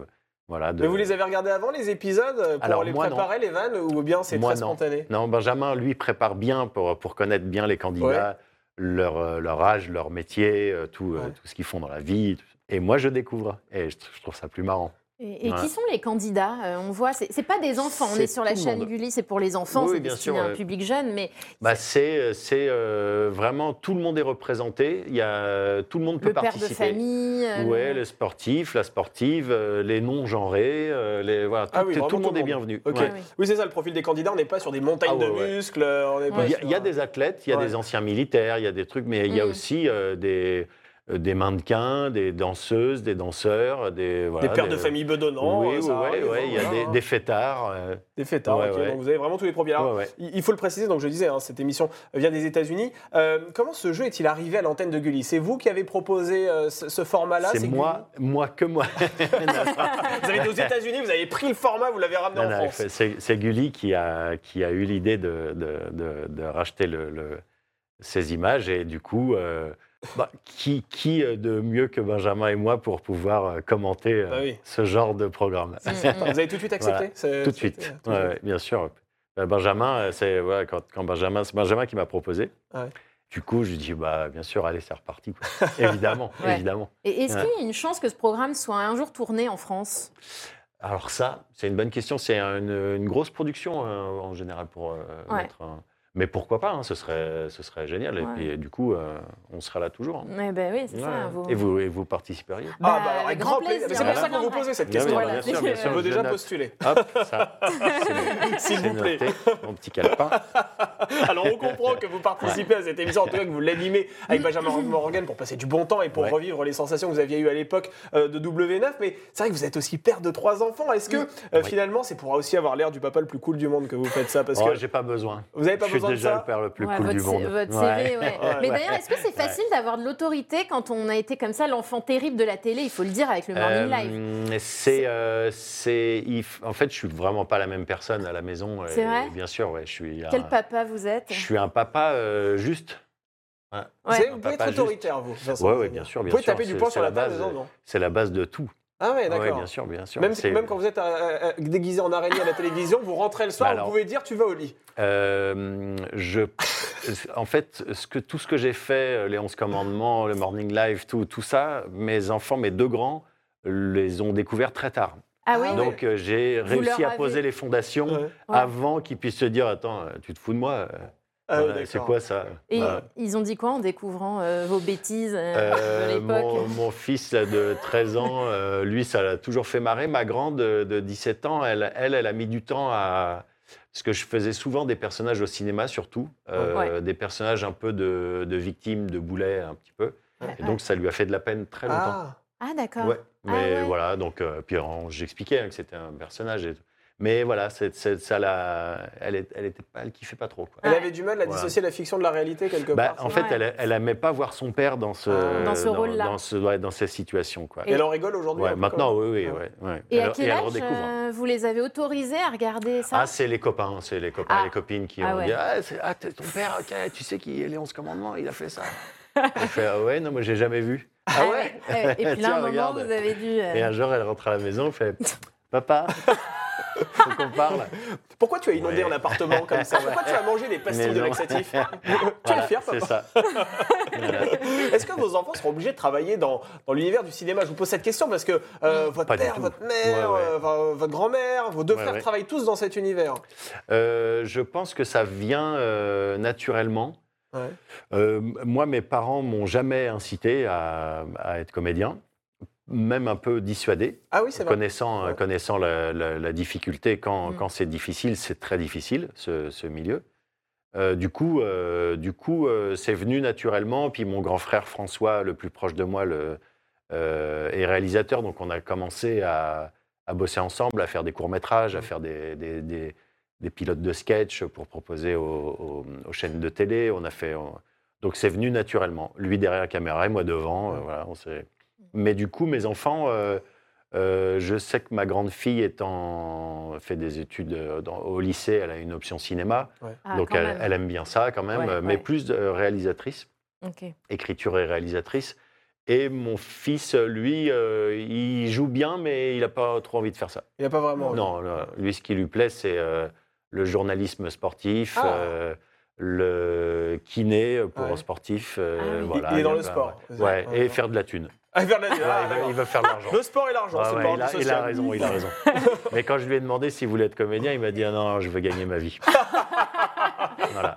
[SPEAKER 4] voilà, de-
[SPEAKER 3] Mais vous les avez regardés avant les épisodes pour
[SPEAKER 4] Alors,
[SPEAKER 3] les
[SPEAKER 4] moi, non.
[SPEAKER 3] préparer, les vannes, ou bien c'est
[SPEAKER 4] Moi,
[SPEAKER 3] très
[SPEAKER 4] non.
[SPEAKER 3] spontané
[SPEAKER 4] Non, Benjamin, lui, prépare bien pour, pour connaître bien les candidats, leur, euh, leur âge, leur métier, euh, tout, euh,
[SPEAKER 3] Ouais.
[SPEAKER 4] tout ce qu'ils font dans la vie. Et moi, je découvre. Et je, je trouve ça plus marrant.
[SPEAKER 5] Et, et
[SPEAKER 4] Ouais.
[SPEAKER 5] qui sont les candidats Euh, On voit, c'est c'est pas des enfants. On
[SPEAKER 4] C'est
[SPEAKER 5] est sur la
[SPEAKER 4] tout le
[SPEAKER 5] chaîne
[SPEAKER 4] monde.
[SPEAKER 5] Gulli, c'est pour les enfants,
[SPEAKER 4] Oui,
[SPEAKER 5] c'est
[SPEAKER 4] bien
[SPEAKER 5] destiné
[SPEAKER 4] sûr,
[SPEAKER 5] à un
[SPEAKER 4] ouais.
[SPEAKER 5] public jeune, mais
[SPEAKER 4] Bah, c'est euh, c'est, euh, vraiment tout le monde est représenté. Il y a, tout le monde peut
[SPEAKER 5] le père de
[SPEAKER 4] participer.
[SPEAKER 5] famille. euh,
[SPEAKER 4] Ouais,
[SPEAKER 5] le-
[SPEAKER 4] le sportif, la sportive, euh, les non-genrés, euh, les, voilà, tout,
[SPEAKER 3] Ah oui,
[SPEAKER 4] tout
[SPEAKER 3] vraiment
[SPEAKER 4] le monde est bienvenu.
[SPEAKER 3] Ok.
[SPEAKER 4] Ouais.
[SPEAKER 5] oui.
[SPEAKER 4] <laughs>
[SPEAKER 3] Oui, c'est ça, le profil des candidats. On n'est pas sur des montagnes
[SPEAKER 4] Ah ouais,
[SPEAKER 3] de
[SPEAKER 4] ouais.
[SPEAKER 3] muscles. On n'est pas
[SPEAKER 4] Il y a,
[SPEAKER 3] sur
[SPEAKER 4] il y a
[SPEAKER 3] un-
[SPEAKER 4] des athlètes, il y a
[SPEAKER 3] Ouais. Mm-hmm.
[SPEAKER 4] des anciens militaires, il y a des trucs, mais il y a
[SPEAKER 5] Mm.
[SPEAKER 4] aussi euh, des, euh, des mannequins, des danseuses, des danseurs, Ah, des.
[SPEAKER 3] des
[SPEAKER 4] voilà,
[SPEAKER 3] pères de famille bedonnants.
[SPEAKER 4] oui,
[SPEAKER 3] euh,
[SPEAKER 4] oui,
[SPEAKER 3] ça
[SPEAKER 4] ouais,
[SPEAKER 3] arrive,
[SPEAKER 4] ouais,
[SPEAKER 3] hein,
[SPEAKER 4] il y a
[SPEAKER 3] voilà,
[SPEAKER 4] des,
[SPEAKER 3] hein.
[SPEAKER 4] des fêtards. euh,
[SPEAKER 3] Des fêtards,
[SPEAKER 4] Ouais,
[SPEAKER 3] ok,
[SPEAKER 4] ouais.
[SPEAKER 3] donc vous avez vraiment tous les premiers. Alors,
[SPEAKER 4] ouais, ouais.
[SPEAKER 3] Il il faut le préciser, donc je le disais, hein, cette émission vient des États-Unis. Euh, comment ce jeu est-il arrivé à l'antenne de Gulli C'est vous qui avez proposé euh, ce, ce format-là
[SPEAKER 4] C'est moi, moi
[SPEAKER 3] <laughs>
[SPEAKER 4] que moi.
[SPEAKER 3] Gulli Vous avez été aux États-Unis, vous avez pris le format, vous l'avez ramené
[SPEAKER 4] Non,
[SPEAKER 3] en
[SPEAKER 4] non,
[SPEAKER 3] France.
[SPEAKER 4] c'est- c'est c'est Gulli qui a, qui a eu l'idée de, de- de- de racheter le- le- ces images et du coup, euh, bah, qui, qui euh, de mieux que Benjamin et moi pour pouvoir euh, commenter euh,
[SPEAKER 3] Ah oui.
[SPEAKER 4] ce genre de programme
[SPEAKER 5] Mm,
[SPEAKER 3] Attends,
[SPEAKER 5] mm.
[SPEAKER 3] Ah, Vous avez tout de suite accepté c'est-
[SPEAKER 4] Tout de
[SPEAKER 3] c'était-
[SPEAKER 4] suite,
[SPEAKER 3] tout de
[SPEAKER 4] Ouais,
[SPEAKER 3] suite.
[SPEAKER 4] ouais, bien sûr. Bah, Benjamin, euh, c'est voilà, quand, quand Benjamin, c'est Benjamin qui m'a proposé.
[SPEAKER 3] Ouais.
[SPEAKER 4] Du coup, je dis bah bien sûr, allez, c'est reparti.
[SPEAKER 3] <laughs>
[SPEAKER 4] quoi. évidemment,
[SPEAKER 5] Ouais.
[SPEAKER 4] évidemment.
[SPEAKER 5] Et est-ce
[SPEAKER 4] Ouais.
[SPEAKER 5] qu'il y a une chance que ce programme soit un jour tourné en France
[SPEAKER 4] Alors ça, c'est une bonne question. C'est une, une grosse production euh, en général pour euh,
[SPEAKER 5] Ouais.
[SPEAKER 4] mettre un- Mais pourquoi pas hein, Ce serait, ce serait génial.
[SPEAKER 5] Ouais.
[SPEAKER 4] Et puis, du coup, euh, on sera là toujours. hein.
[SPEAKER 5] Eh ben oui, c'est ça.
[SPEAKER 4] Ouais.
[SPEAKER 5] vous-
[SPEAKER 4] Et vous, et vous participeriez
[SPEAKER 3] Ah,
[SPEAKER 5] Bah,
[SPEAKER 3] bah, avec grand plaisir. Mais C'est pour
[SPEAKER 4] Voilà.
[SPEAKER 3] ça qu'on vous posait cette
[SPEAKER 4] Bien
[SPEAKER 3] question.
[SPEAKER 5] Voilà.
[SPEAKER 4] sûr, bien sûr.
[SPEAKER 3] On peut
[SPEAKER 4] Je
[SPEAKER 3] déjà
[SPEAKER 4] note.
[SPEAKER 3] postuler.
[SPEAKER 4] Hop,
[SPEAKER 5] <laughs>
[SPEAKER 4] ça, c'est-
[SPEAKER 3] S'il
[SPEAKER 4] c'est
[SPEAKER 3] vous plaît.
[SPEAKER 4] noté, mon petit calepin.
[SPEAKER 3] Alors on comprend que vous participez à cette émission, en tout cas que vous l'animez avec Benjamin Morgan pour passer du bon temps et pour
[SPEAKER 4] Ouais.
[SPEAKER 3] revivre les sensations que vous aviez eues à l'époque euh, de W9. Mais c'est vrai que vous êtes aussi père de trois enfants. Est-ce que euh,
[SPEAKER 4] Oui.
[SPEAKER 3] finalement c'est pour aussi avoir l'air du papa le plus cool du monde que vous faites ça Parce
[SPEAKER 4] Oh,
[SPEAKER 3] que
[SPEAKER 4] j'ai pas besoin.
[SPEAKER 3] vous n'avez pas
[SPEAKER 4] je suis
[SPEAKER 3] besoin de
[SPEAKER 4] déjà
[SPEAKER 3] ça
[SPEAKER 4] le père le plus
[SPEAKER 5] Ouais,
[SPEAKER 4] cool
[SPEAKER 5] votre,
[SPEAKER 4] du
[SPEAKER 5] C-
[SPEAKER 4] monde.
[SPEAKER 5] votre
[SPEAKER 4] <laughs> Ouais.
[SPEAKER 5] CV, ouais.
[SPEAKER 3] Ouais.
[SPEAKER 5] Mais d'ailleurs, est-ce que c'est facile d'avoir de l'autorité quand on a été comme ça l'enfant terrible de la télé Il faut le dire avec le Morning Live.
[SPEAKER 4] Euh, C'est, euh, c'est, il f- en fait, je suis vraiment pas la même personne à la maison. et
[SPEAKER 5] C'est vrai
[SPEAKER 4] Bien sûr, ouais, je suis. un-
[SPEAKER 5] Quel papa vous êtes
[SPEAKER 4] Je suis un papa euh, juste. Ouais.
[SPEAKER 3] Vous, savez, vous
[SPEAKER 4] Un
[SPEAKER 3] pouvez
[SPEAKER 4] papa
[SPEAKER 3] être
[SPEAKER 4] juste.
[SPEAKER 3] autoritaire, vous. Vincent.
[SPEAKER 4] Ouais, ouais, bien sûr,
[SPEAKER 3] Vous
[SPEAKER 4] bien
[SPEAKER 3] pouvez
[SPEAKER 4] sûr,
[SPEAKER 3] taper du
[SPEAKER 4] c'est-
[SPEAKER 3] poing
[SPEAKER 4] c'est
[SPEAKER 3] sur la
[SPEAKER 4] la
[SPEAKER 3] table en
[SPEAKER 4] base,
[SPEAKER 3] disant
[SPEAKER 4] euh,
[SPEAKER 3] non.
[SPEAKER 4] C'est la base de tout.
[SPEAKER 3] Ah ouais,
[SPEAKER 4] Ouais,
[SPEAKER 3] d'accord.
[SPEAKER 4] bien sûr, bien sûr.
[SPEAKER 3] Même,
[SPEAKER 4] C'est-
[SPEAKER 3] même quand vous êtes euh, euh, déguisé en araignée à la télévision, vous rentrez le soir,
[SPEAKER 4] Bah alors-
[SPEAKER 3] vous pouvez dire tu vas au lit.
[SPEAKER 4] Euh, <laughs> je, en fait, ce que, tout ce que j'ai fait, euh, les 11 commandements, le morning live, tout, tout ça, mes enfants, mes deux grands, les ont découverts très tard.
[SPEAKER 5] Ah oui
[SPEAKER 3] Ah
[SPEAKER 4] Donc euh, j'ai
[SPEAKER 5] Vous
[SPEAKER 4] réussi
[SPEAKER 5] leur
[SPEAKER 4] à poser
[SPEAKER 5] avez-
[SPEAKER 4] les fondations
[SPEAKER 3] Ouais.
[SPEAKER 5] Ouais.
[SPEAKER 4] avant qu'ils puissent se dire attends, euh, tu te fous de moi euh,
[SPEAKER 3] Ah ouais,
[SPEAKER 4] voilà, C'est
[SPEAKER 3] d'accord.
[SPEAKER 4] quoi ça Bah,
[SPEAKER 5] Et
[SPEAKER 4] Voilà.
[SPEAKER 5] ils ont dit quoi en découvrant euh, vos bêtises euh,
[SPEAKER 4] Euh,
[SPEAKER 5] <laughs> de
[SPEAKER 4] mon,
[SPEAKER 5] l'époque
[SPEAKER 4] mon fils là, de 13 ans, euh, lui, ça l'a toujours fait marrer. Ma grande euh, de 17 ans, elle, elle, elle a mis du temps à. Parce que je faisais souvent des personnages au cinéma, surtout, euh,
[SPEAKER 5] Ouais.
[SPEAKER 4] des personnages un peu de, de victimes, de boulets, un petit peu.
[SPEAKER 5] Ouais,
[SPEAKER 4] Et
[SPEAKER 5] ouais.
[SPEAKER 4] donc, ça lui a fait de la peine très longtemps.
[SPEAKER 3] Ah,
[SPEAKER 5] Ah d'accord.
[SPEAKER 4] Ouais.
[SPEAKER 5] Ah
[SPEAKER 4] Mais
[SPEAKER 5] ouais.
[SPEAKER 4] voilà, donc, euh, puis en- j'expliquais hein, que c'était un personnage. Et tout. Mais voilà, c'est- c'est- ça l'a- elle, est- elle, était pas- elle kiffait pas trop. quoi.
[SPEAKER 3] elle
[SPEAKER 5] Ouais.
[SPEAKER 3] avait du mal à
[SPEAKER 4] Voilà.
[SPEAKER 3] dissocier la fiction de la réalité quelque
[SPEAKER 4] Bah,
[SPEAKER 3] part.
[SPEAKER 4] en
[SPEAKER 3] ça.
[SPEAKER 4] fait,
[SPEAKER 5] Ouais.
[SPEAKER 4] elle, elle aimait pas voir son père dans ce,
[SPEAKER 5] Ah, Dans ce rôle-là.
[SPEAKER 4] dans, ce- ouais, dans cette situation. Quoi.
[SPEAKER 3] Et elle en rigole aujourd'hui.
[SPEAKER 4] Ouais,
[SPEAKER 3] un peu, quand
[SPEAKER 4] maintenant,
[SPEAKER 3] même.
[SPEAKER 4] oui, oui.
[SPEAKER 3] Ouais.
[SPEAKER 4] ouais, ouais.
[SPEAKER 5] Et à
[SPEAKER 4] Alors-
[SPEAKER 5] quel
[SPEAKER 4] elle
[SPEAKER 5] âge
[SPEAKER 4] redécouvre.
[SPEAKER 5] euh, vous les avez autorisés à regarder ça
[SPEAKER 4] Ah, c'est les copains, c'est les copains
[SPEAKER 5] Ah.
[SPEAKER 4] et les copines qui
[SPEAKER 5] Ah
[SPEAKER 4] ont
[SPEAKER 5] ouais.
[SPEAKER 4] dit Ah, c'est- ah, t'es ton père, ok, tu sais qui est les 11 commandements, il a fait ça.
[SPEAKER 5] <laughs>
[SPEAKER 4] Je fais Ah ouais, non, moi, j'ai jamais vu. Ah ouais
[SPEAKER 5] ouais. Et puis là, à
[SPEAKER 4] Tiens,
[SPEAKER 5] un moment,
[SPEAKER 4] regarde.
[SPEAKER 5] vous avez dû. euh,
[SPEAKER 4] Et un jour, elle rentre à la maison, elle fait Papa, faut qu'on
[SPEAKER 5] <laughs>
[SPEAKER 4] parle.
[SPEAKER 3] Pourquoi tu as inondé un
[SPEAKER 4] Ouais.
[SPEAKER 3] appartement comme
[SPEAKER 4] <laughs>
[SPEAKER 3] ça Pourquoi tu as mangé des pastilles
[SPEAKER 4] Mais
[SPEAKER 3] de
[SPEAKER 4] non. <laughs>
[SPEAKER 3] laxatif Tu
[SPEAKER 4] Voilà,
[SPEAKER 3] es fier,
[SPEAKER 4] C'est
[SPEAKER 3] papa.
[SPEAKER 4] ça. Voilà.
[SPEAKER 3] Est-ce que vos enfants seront obligés de travailler dans, dans l'univers du cinéma Je vous pose cette question parce que euh, votre
[SPEAKER 4] Pas du
[SPEAKER 3] père,
[SPEAKER 4] tout.
[SPEAKER 3] votre mère,
[SPEAKER 4] Ouais, ouais.
[SPEAKER 3] euh, enfin, votre grand-mère, vos deux
[SPEAKER 4] Ouais,
[SPEAKER 3] frères
[SPEAKER 4] ouais.
[SPEAKER 3] travaillent tous dans cet univers.
[SPEAKER 4] Euh, je pense que ça vient euh, naturellement.
[SPEAKER 3] Ouais.
[SPEAKER 4] Euh, moi, mes parents m'ont jamais incité à, à être comédien, même un peu dissuadé.
[SPEAKER 3] Ah oui, c'est vrai.
[SPEAKER 4] connaissant,
[SPEAKER 3] Ouais.
[SPEAKER 4] connaissant la, la- la difficulté, quand,
[SPEAKER 5] Mm.
[SPEAKER 4] quand c'est difficile, c'est très difficile, ce, ce milieu. Euh, du coup, euh, du coup, euh, c'est venu naturellement. Puis mon grand frère François, le plus proche de moi, le, euh, est réalisateur,
[SPEAKER 3] Mm.
[SPEAKER 4] donc on a commencé à, à bosser ensemble, à faire des courts métrages, à faire des, des- des- des pilotes de sketch pour proposer aux, aux- aux chaînes de télé. On a fait, on- donc c'est venu naturellement. Lui derrière la caméra et moi devant. euh, voilà, on s'est-
[SPEAKER 3] Mm.
[SPEAKER 4] Mais du coup, mes enfants, euh, euh, je sais que ma grande fille est en- fait des études euh, dans- au lycée, elle a une option cinéma,
[SPEAKER 5] Ah,
[SPEAKER 4] donc
[SPEAKER 5] quand
[SPEAKER 4] elle,
[SPEAKER 5] même.
[SPEAKER 4] elle aime bien ça quand même,
[SPEAKER 5] Ouais,
[SPEAKER 4] euh, mais
[SPEAKER 5] ouais.
[SPEAKER 4] plus euh, réalisatrice
[SPEAKER 5] Ok.
[SPEAKER 4] écriture et réalisatrice. Et mon fils, lui, euh, il joue bien, mais il n'a pas trop envie de faire ça.
[SPEAKER 3] Il n'y a pas vraiment.
[SPEAKER 4] Non, non, lui, ce qui lui plaît, c'est euh, le journalisme sportif,
[SPEAKER 3] Ah.
[SPEAKER 4] euh, le kiné pour
[SPEAKER 3] Ouais.
[SPEAKER 4] sportif. euh,
[SPEAKER 5] Ah oui. Il-
[SPEAKER 4] voilà,
[SPEAKER 3] il est dans
[SPEAKER 4] y a
[SPEAKER 3] le
[SPEAKER 4] plein-
[SPEAKER 3] sport.
[SPEAKER 4] Ouais,
[SPEAKER 3] Ouais.
[SPEAKER 4] et faire de la thune.
[SPEAKER 3] <laughs> Ah, vers la-
[SPEAKER 4] Ouais,
[SPEAKER 3] Ah,
[SPEAKER 4] il, va,
[SPEAKER 3] d'accord.
[SPEAKER 4] il va faire de l'argent.
[SPEAKER 3] Le sport et l'argent,
[SPEAKER 4] Ouais,
[SPEAKER 3] c'est
[SPEAKER 4] ouais,
[SPEAKER 3] pas
[SPEAKER 4] il, a, il a raison, il a
[SPEAKER 3] <laughs>
[SPEAKER 4] raison. Mais quand je lui ai demandé s'il voulait être comédien, il m'a dit ah non, je veux gagner
[SPEAKER 3] <laughs>
[SPEAKER 4] ma vie. voilà.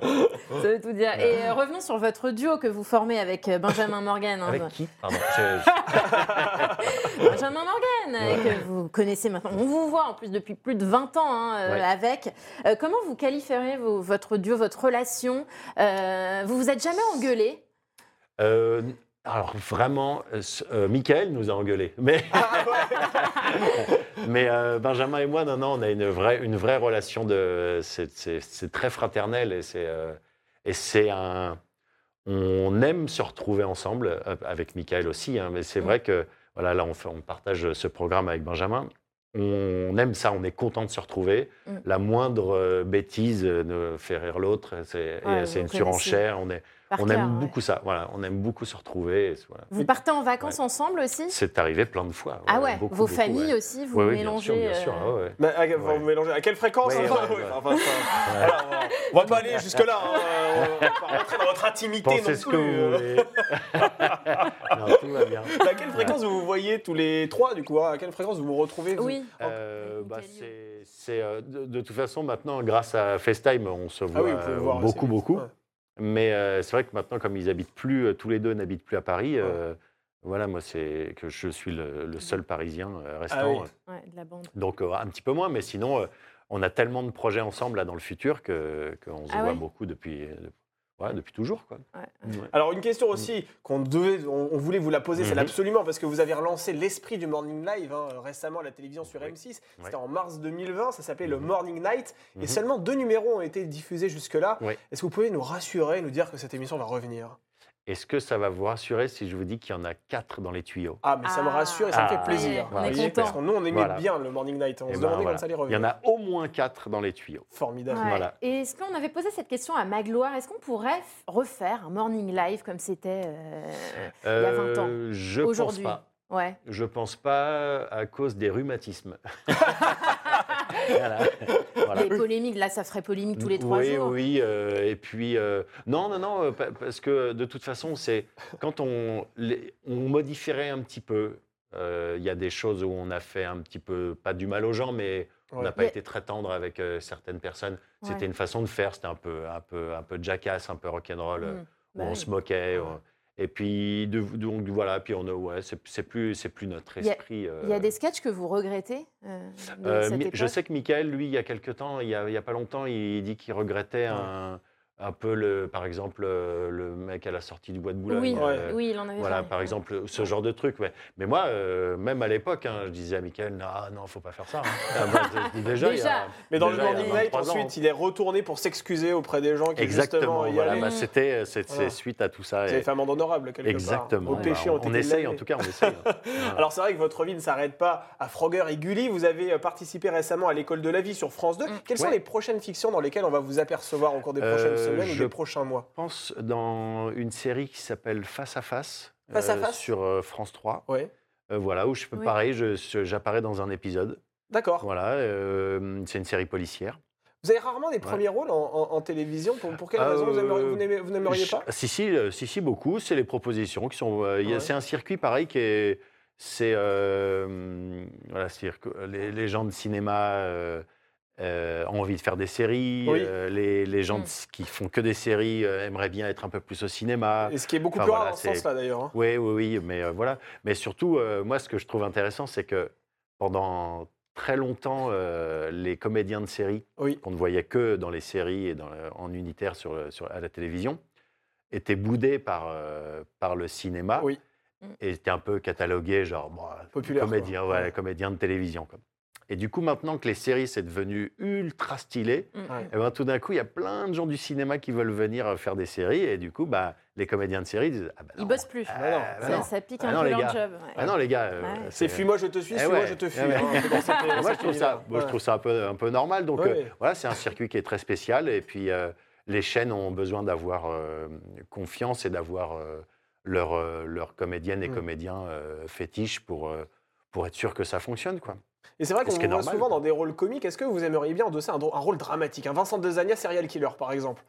[SPEAKER 5] Ça veut tout dire. Et euh, revenons sur votre duo que vous formez avec euh, Benjamin Morgan. hein.
[SPEAKER 4] Avec qui Pardon. je-
[SPEAKER 5] Benjamin Morgan, euh, que vous connaissez maintenant. On vous voit en plus depuis plus de 20 ans hein, euh,
[SPEAKER 4] Ouais.
[SPEAKER 5] avec. Euh, comment vous qualifieriez vos- votre duo, votre relation Euh, Vous vous êtes jamais engueulé
[SPEAKER 4] Euh, alors vraiment, euh, ce- euh, Michael nous a engueulés. <laughs> Mais, mais euh, Benjamin et moi, non, non, on a une vraie, une vraie relation de. C'est c'est- c'est très fraternel et c'est euh, et c'est un. On aime se retrouver ensemble euh, avec Michael aussi, hein, mais c'est
[SPEAKER 5] Mm.
[SPEAKER 4] vrai que voilà, là on, fait- on partage ce programme avec Benjamin. On aime ça, on est content de se retrouver.
[SPEAKER 5] Mm.
[SPEAKER 4] La moindre euh, bêtise euh, ne fait rire l'autre. C'est et,
[SPEAKER 5] Ouais,
[SPEAKER 4] euh, c'est
[SPEAKER 5] vous
[SPEAKER 4] une
[SPEAKER 5] connaissez.
[SPEAKER 4] surenchère. On est
[SPEAKER 5] par
[SPEAKER 4] on
[SPEAKER 5] cœur,
[SPEAKER 4] aime
[SPEAKER 5] ouais.
[SPEAKER 4] beaucoup ça, voilà, on aime beaucoup se retrouver. et c'est- voilà.
[SPEAKER 5] Vous partez en vacances ensemble aussi
[SPEAKER 4] C'est arrivé plein de fois.
[SPEAKER 5] Ah ouais,
[SPEAKER 4] beaucoup,
[SPEAKER 5] vos
[SPEAKER 4] beaucoup,
[SPEAKER 5] familles
[SPEAKER 4] ouais.
[SPEAKER 5] aussi, vous
[SPEAKER 4] Ouais, ouais,
[SPEAKER 5] mélangez.
[SPEAKER 4] Bien sûr, bien sûr.
[SPEAKER 5] euh,
[SPEAKER 4] ah ouais, ouais.
[SPEAKER 3] Mais à, vous
[SPEAKER 4] Ouais.
[SPEAKER 3] mélangez. à quelle fréquence
[SPEAKER 4] Ouais,
[SPEAKER 3] hein
[SPEAKER 4] ouais,
[SPEAKER 3] Ouais,
[SPEAKER 4] ouais.
[SPEAKER 3] enfin, enfin, voilà, on va- On va pas aller jusque-là. hein, euh, On va pas rentrer dans votre intimité non
[SPEAKER 4] Pensez ce que
[SPEAKER 3] plus.
[SPEAKER 4] vous
[SPEAKER 3] euh.
[SPEAKER 4] voulez.
[SPEAKER 5] <laughs>
[SPEAKER 4] non, tout va bien.
[SPEAKER 3] À Bah, quelle fréquence vous vous voyez tous les trois, du coup hein À quelle fréquence vous vous retrouvez vous
[SPEAKER 5] Oui.
[SPEAKER 4] Ah Euh, bah,
[SPEAKER 5] Nickel.
[SPEAKER 4] c'est- c'est, euh, de, de toute façon, maintenant, grâce à FaceTime, on se voit
[SPEAKER 3] Ah oui, vous pouvez
[SPEAKER 4] euh,
[SPEAKER 3] vous voir assez
[SPEAKER 4] beaucoup,
[SPEAKER 3] vite,
[SPEAKER 4] beaucoup.
[SPEAKER 3] ouais.
[SPEAKER 4] Mais euh, c'est vrai que maintenant, comme ils habitent plus, euh, tous les deux n'habitent plus à Paris, euh, voilà, moi, c'est que je suis le, le seul Parisien euh, restant.
[SPEAKER 3] Ah oui.
[SPEAKER 5] Ouais, de la bande.
[SPEAKER 4] Donc euh, un petit peu moins, mais sinon, euh, on a tellement de projets ensemble là dans le futur que qu'on se
[SPEAKER 5] Ah
[SPEAKER 4] voit
[SPEAKER 5] ouais
[SPEAKER 4] beaucoup depuis, euh, de- ouais, depuis toujours. Quoi.
[SPEAKER 5] Ouais.
[SPEAKER 4] Ouais.
[SPEAKER 3] Alors une question aussi qu'on devait, on, on voulait vous la poser, celle
[SPEAKER 4] Mhm.
[SPEAKER 3] absolument, parce que vous avez relancé l'esprit du Morning Live hein, récemment à la télévision sur
[SPEAKER 4] Oui.
[SPEAKER 3] M6.
[SPEAKER 4] Ouais.
[SPEAKER 3] C'était en mars 2020, ça s'appelait le
[SPEAKER 4] Mhm.
[SPEAKER 3] Morning Night,
[SPEAKER 4] Mhm.
[SPEAKER 3] et seulement deux numéros ont été diffusés jusque-là.
[SPEAKER 4] Oui.
[SPEAKER 3] Est-ce que vous pouvez nous rassurer, nous dire que cette émission va revenir
[SPEAKER 4] Est-ce que ça va vous rassurer si je vous dis qu'il y en a quatre dans les tuyaux
[SPEAKER 3] Ah, mais ça me
[SPEAKER 5] Ah.
[SPEAKER 3] rassure et ça me fait
[SPEAKER 4] Ah,
[SPEAKER 3] plaisir.
[SPEAKER 4] on est
[SPEAKER 3] Oui,
[SPEAKER 5] content.
[SPEAKER 3] Parce que nous, on aimait
[SPEAKER 4] Voilà.
[SPEAKER 3] bien le Morning Night, hein. on
[SPEAKER 4] Eh
[SPEAKER 3] se
[SPEAKER 4] ben,
[SPEAKER 3] demandait
[SPEAKER 4] voilà.
[SPEAKER 3] quand ça allait
[SPEAKER 4] Il y
[SPEAKER 3] revenir.
[SPEAKER 4] en a au moins quatre dans les tuyaux.
[SPEAKER 3] Formidable.
[SPEAKER 5] Ouais.
[SPEAKER 4] Voilà.
[SPEAKER 5] Et est-ce qu'on avait posé cette question à Magloire Est-ce qu'on pourrait f- refaire un morning live comme c'était euh, y a 20 ans.
[SPEAKER 4] je pense
[SPEAKER 5] aujourd'hui
[SPEAKER 4] pas.
[SPEAKER 5] Ouais.
[SPEAKER 4] Je pense pas à cause des
[SPEAKER 5] <laughs>
[SPEAKER 4] rhumatismes. Voilà. Voilà.
[SPEAKER 5] Les polémiques, là, ça ferait polémique tous les trois
[SPEAKER 4] oui,
[SPEAKER 5] jours.
[SPEAKER 4] Oui, euh, et puis euh, non, non, non, euh, pa- parce que euh, de toute façon, c'est quand on les- on modifierait un petit peu. euh, Il y a des choses où on a fait un petit peu pas du mal aux gens, mais on
[SPEAKER 3] Ouais.
[SPEAKER 4] n'a pas
[SPEAKER 5] Mais-
[SPEAKER 4] été très tendre avec euh, certaines personnes.
[SPEAKER 5] Ouais.
[SPEAKER 4] C'était une façon de faire, c'était un peu, un peu, un peu jackass, un peu rock'n'roll. euh,
[SPEAKER 5] Mm.
[SPEAKER 4] où
[SPEAKER 5] Bah
[SPEAKER 4] on
[SPEAKER 5] oui.
[SPEAKER 4] se moquait.
[SPEAKER 5] Ah
[SPEAKER 4] on- Et puis de- donc voilà, puis on a ouais, c'est c'est plus, c'est plus notre
[SPEAKER 5] Il y a-
[SPEAKER 4] esprit.
[SPEAKER 5] Il y a
[SPEAKER 4] euh,
[SPEAKER 5] des sketchs que vous regrettez euh, de
[SPEAKER 4] euh,
[SPEAKER 5] cette
[SPEAKER 4] Mi-
[SPEAKER 5] époque
[SPEAKER 4] je sais que Michael, lui, il y a quelque temps, il n'y a, il y a pas longtemps, il dit qu'il regrettait un, un peu, le, par exemple, euh, le mec à la sortie du bois de Boulogne.
[SPEAKER 5] Oui,
[SPEAKER 4] euh,
[SPEAKER 5] oui, il en avait
[SPEAKER 4] Voilà,
[SPEAKER 5] parlé.
[SPEAKER 4] par exemple, ce genre de truc. ouais. Mais moi, euh, même à l'époque, hein, je disais à Michael, non, ah, non, faut pas faire
[SPEAKER 5] <laughs>
[SPEAKER 4] ça. hein. Ah, bah, je- je dis déjà, il y a-
[SPEAKER 5] Déjà.
[SPEAKER 3] Mais dans
[SPEAKER 4] déjà,
[SPEAKER 3] le
[SPEAKER 4] il y a
[SPEAKER 3] Morning Night,
[SPEAKER 4] 23 ans.
[SPEAKER 3] ensuite, il est retourné pour s'excuser auprès des gens qui
[SPEAKER 4] Exactement,
[SPEAKER 3] justement y
[SPEAKER 4] voilà,
[SPEAKER 3] allaient.
[SPEAKER 4] bah, c'était c'est- c'est
[SPEAKER 3] Voilà.
[SPEAKER 4] suite à tout ça.
[SPEAKER 3] Vous
[SPEAKER 4] et-
[SPEAKER 3] avez fait amende honorable, quelque part.
[SPEAKER 4] Exactement.
[SPEAKER 3] Au
[SPEAKER 4] bah,
[SPEAKER 3] péché,
[SPEAKER 4] on,
[SPEAKER 3] ont été
[SPEAKER 4] on essaye,
[SPEAKER 3] lavés.
[SPEAKER 4] en tout cas, on essaye.
[SPEAKER 3] <laughs>
[SPEAKER 4] hein. Voilà.
[SPEAKER 3] Alors c'est vrai que votre vie ne s'arrête pas à Frogger et Gulli. Vous avez euh, participé récemment à l'école de la vie sur France 2. Quelles sont
[SPEAKER 4] Ouais.
[SPEAKER 3] les prochaines fictions dans lesquelles on va vous apercevoir au cours des
[SPEAKER 4] Euh,
[SPEAKER 3] prochaines semaines ou
[SPEAKER 4] je-
[SPEAKER 3] des prochains mois
[SPEAKER 4] Je pense dans une série qui s'appelle Face à Face,
[SPEAKER 3] Face à Face
[SPEAKER 4] sur euh, France 3.
[SPEAKER 3] Oui.
[SPEAKER 4] Euh, voilà, où je peux
[SPEAKER 5] Oui.
[SPEAKER 4] pareil, je- je- j'apparais dans un épisode.
[SPEAKER 3] D'accord.
[SPEAKER 4] Voilà, euh, c'est une série policière.
[SPEAKER 3] Vous avez rarement des premiers rôles en, en- en télévision. Pour, pour quelle
[SPEAKER 4] Euh,
[SPEAKER 3] raison vous aimeriez- vous n'aimez- vous n'aimeriez
[SPEAKER 4] Je-
[SPEAKER 3] pas
[SPEAKER 4] Si si, euh, si si, beaucoup. C'est les propositions qui sont. euh, il y a-
[SPEAKER 3] Ouais.
[SPEAKER 4] C'est un circuit pareil qui est. C'est euh, voilà, c'est-à-dire que les, les gens de cinéma euh, euh, ont envie de faire des séries.
[SPEAKER 3] Oui.
[SPEAKER 4] euh, les, les gens
[SPEAKER 5] Mm.
[SPEAKER 4] de- qui font que des séries euh, aimeraient bien être un peu plus au cinéma.
[SPEAKER 3] Et ce qui est beaucoup
[SPEAKER 4] Enfin,
[SPEAKER 3] plus rare
[SPEAKER 4] Ah, voilà,
[SPEAKER 3] dans ce
[SPEAKER 4] c'est-
[SPEAKER 3] sens-là d'ailleurs. hein.
[SPEAKER 4] Oui, oui, oui, mais euh, voilà. Mais surtout, euh, moi, ce que je trouve intéressant, c'est que pendant très longtemps, euh, les comédiens de série,
[SPEAKER 3] Oui.
[SPEAKER 4] qu'on ne voyait que dans les séries et dans le- en unitaire sur, le- sur- à la télévision, étaient boudés par, euh, par le cinéma
[SPEAKER 3] Oui.
[SPEAKER 4] et étaient un peu catalogués, genre, bon,
[SPEAKER 3] Populaire,
[SPEAKER 4] comédien,
[SPEAKER 3] quoi.
[SPEAKER 4] hein, ouais,
[SPEAKER 3] Ouais.
[SPEAKER 4] comédien de télévision. quoi. Et du coup, maintenant que les séries, c'est devenu ultra stylé,
[SPEAKER 5] Mm.
[SPEAKER 3] Ouais.
[SPEAKER 4] eh ben, tout d'un coup, il y a plein de gens du cinéma qui veulent venir euh, faire des séries. Et du coup, bah, les comédiens de séries disent ah bah
[SPEAKER 5] Ils
[SPEAKER 4] non.
[SPEAKER 5] bossent plus.
[SPEAKER 4] Ah,
[SPEAKER 3] Bah non.
[SPEAKER 4] bah
[SPEAKER 5] ça,
[SPEAKER 4] non.
[SPEAKER 5] ça pique
[SPEAKER 4] Ah
[SPEAKER 5] un
[SPEAKER 4] non,
[SPEAKER 5] peu
[SPEAKER 4] les
[SPEAKER 5] leur
[SPEAKER 4] gars.
[SPEAKER 5] job.
[SPEAKER 4] Ah non, les gars. euh,
[SPEAKER 5] Ouais.
[SPEAKER 3] C'est fuis-moi, je te suis,
[SPEAKER 4] Eh
[SPEAKER 3] suis-moi,
[SPEAKER 4] ouais.
[SPEAKER 3] je te fuis.
[SPEAKER 4] Eh ouais.
[SPEAKER 3] hein, c'est dans
[SPEAKER 4] <laughs>
[SPEAKER 3] cette-
[SPEAKER 4] Moi, je
[SPEAKER 3] cet
[SPEAKER 4] trouve ça,
[SPEAKER 3] univers.
[SPEAKER 4] moi, je
[SPEAKER 3] Ouais.
[SPEAKER 4] trouve ça un peu, un peu normal. Donc,
[SPEAKER 3] Ouais,
[SPEAKER 4] euh,
[SPEAKER 3] ouais.
[SPEAKER 4] voilà, c'est un circuit qui est très spécial. Et puis, euh, les chaînes ont besoin d'avoir euh, confiance et d'avoir euh, leurs euh, leurs comédiennes et
[SPEAKER 3] Mm.
[SPEAKER 4] comédiens euh, fétiches pour, euh, pour être sûr que ça fonctionne. Quoi.
[SPEAKER 3] Et c'est vrai qu'on
[SPEAKER 4] Ce qui
[SPEAKER 3] vous
[SPEAKER 4] est
[SPEAKER 3] voit
[SPEAKER 4] normal.
[SPEAKER 3] souvent dans des rôles comiques. Est-ce que vous aimeriez bien endosser un, dro- un rôle dramatique Un Vincent Desagna, serial killer, par exemple.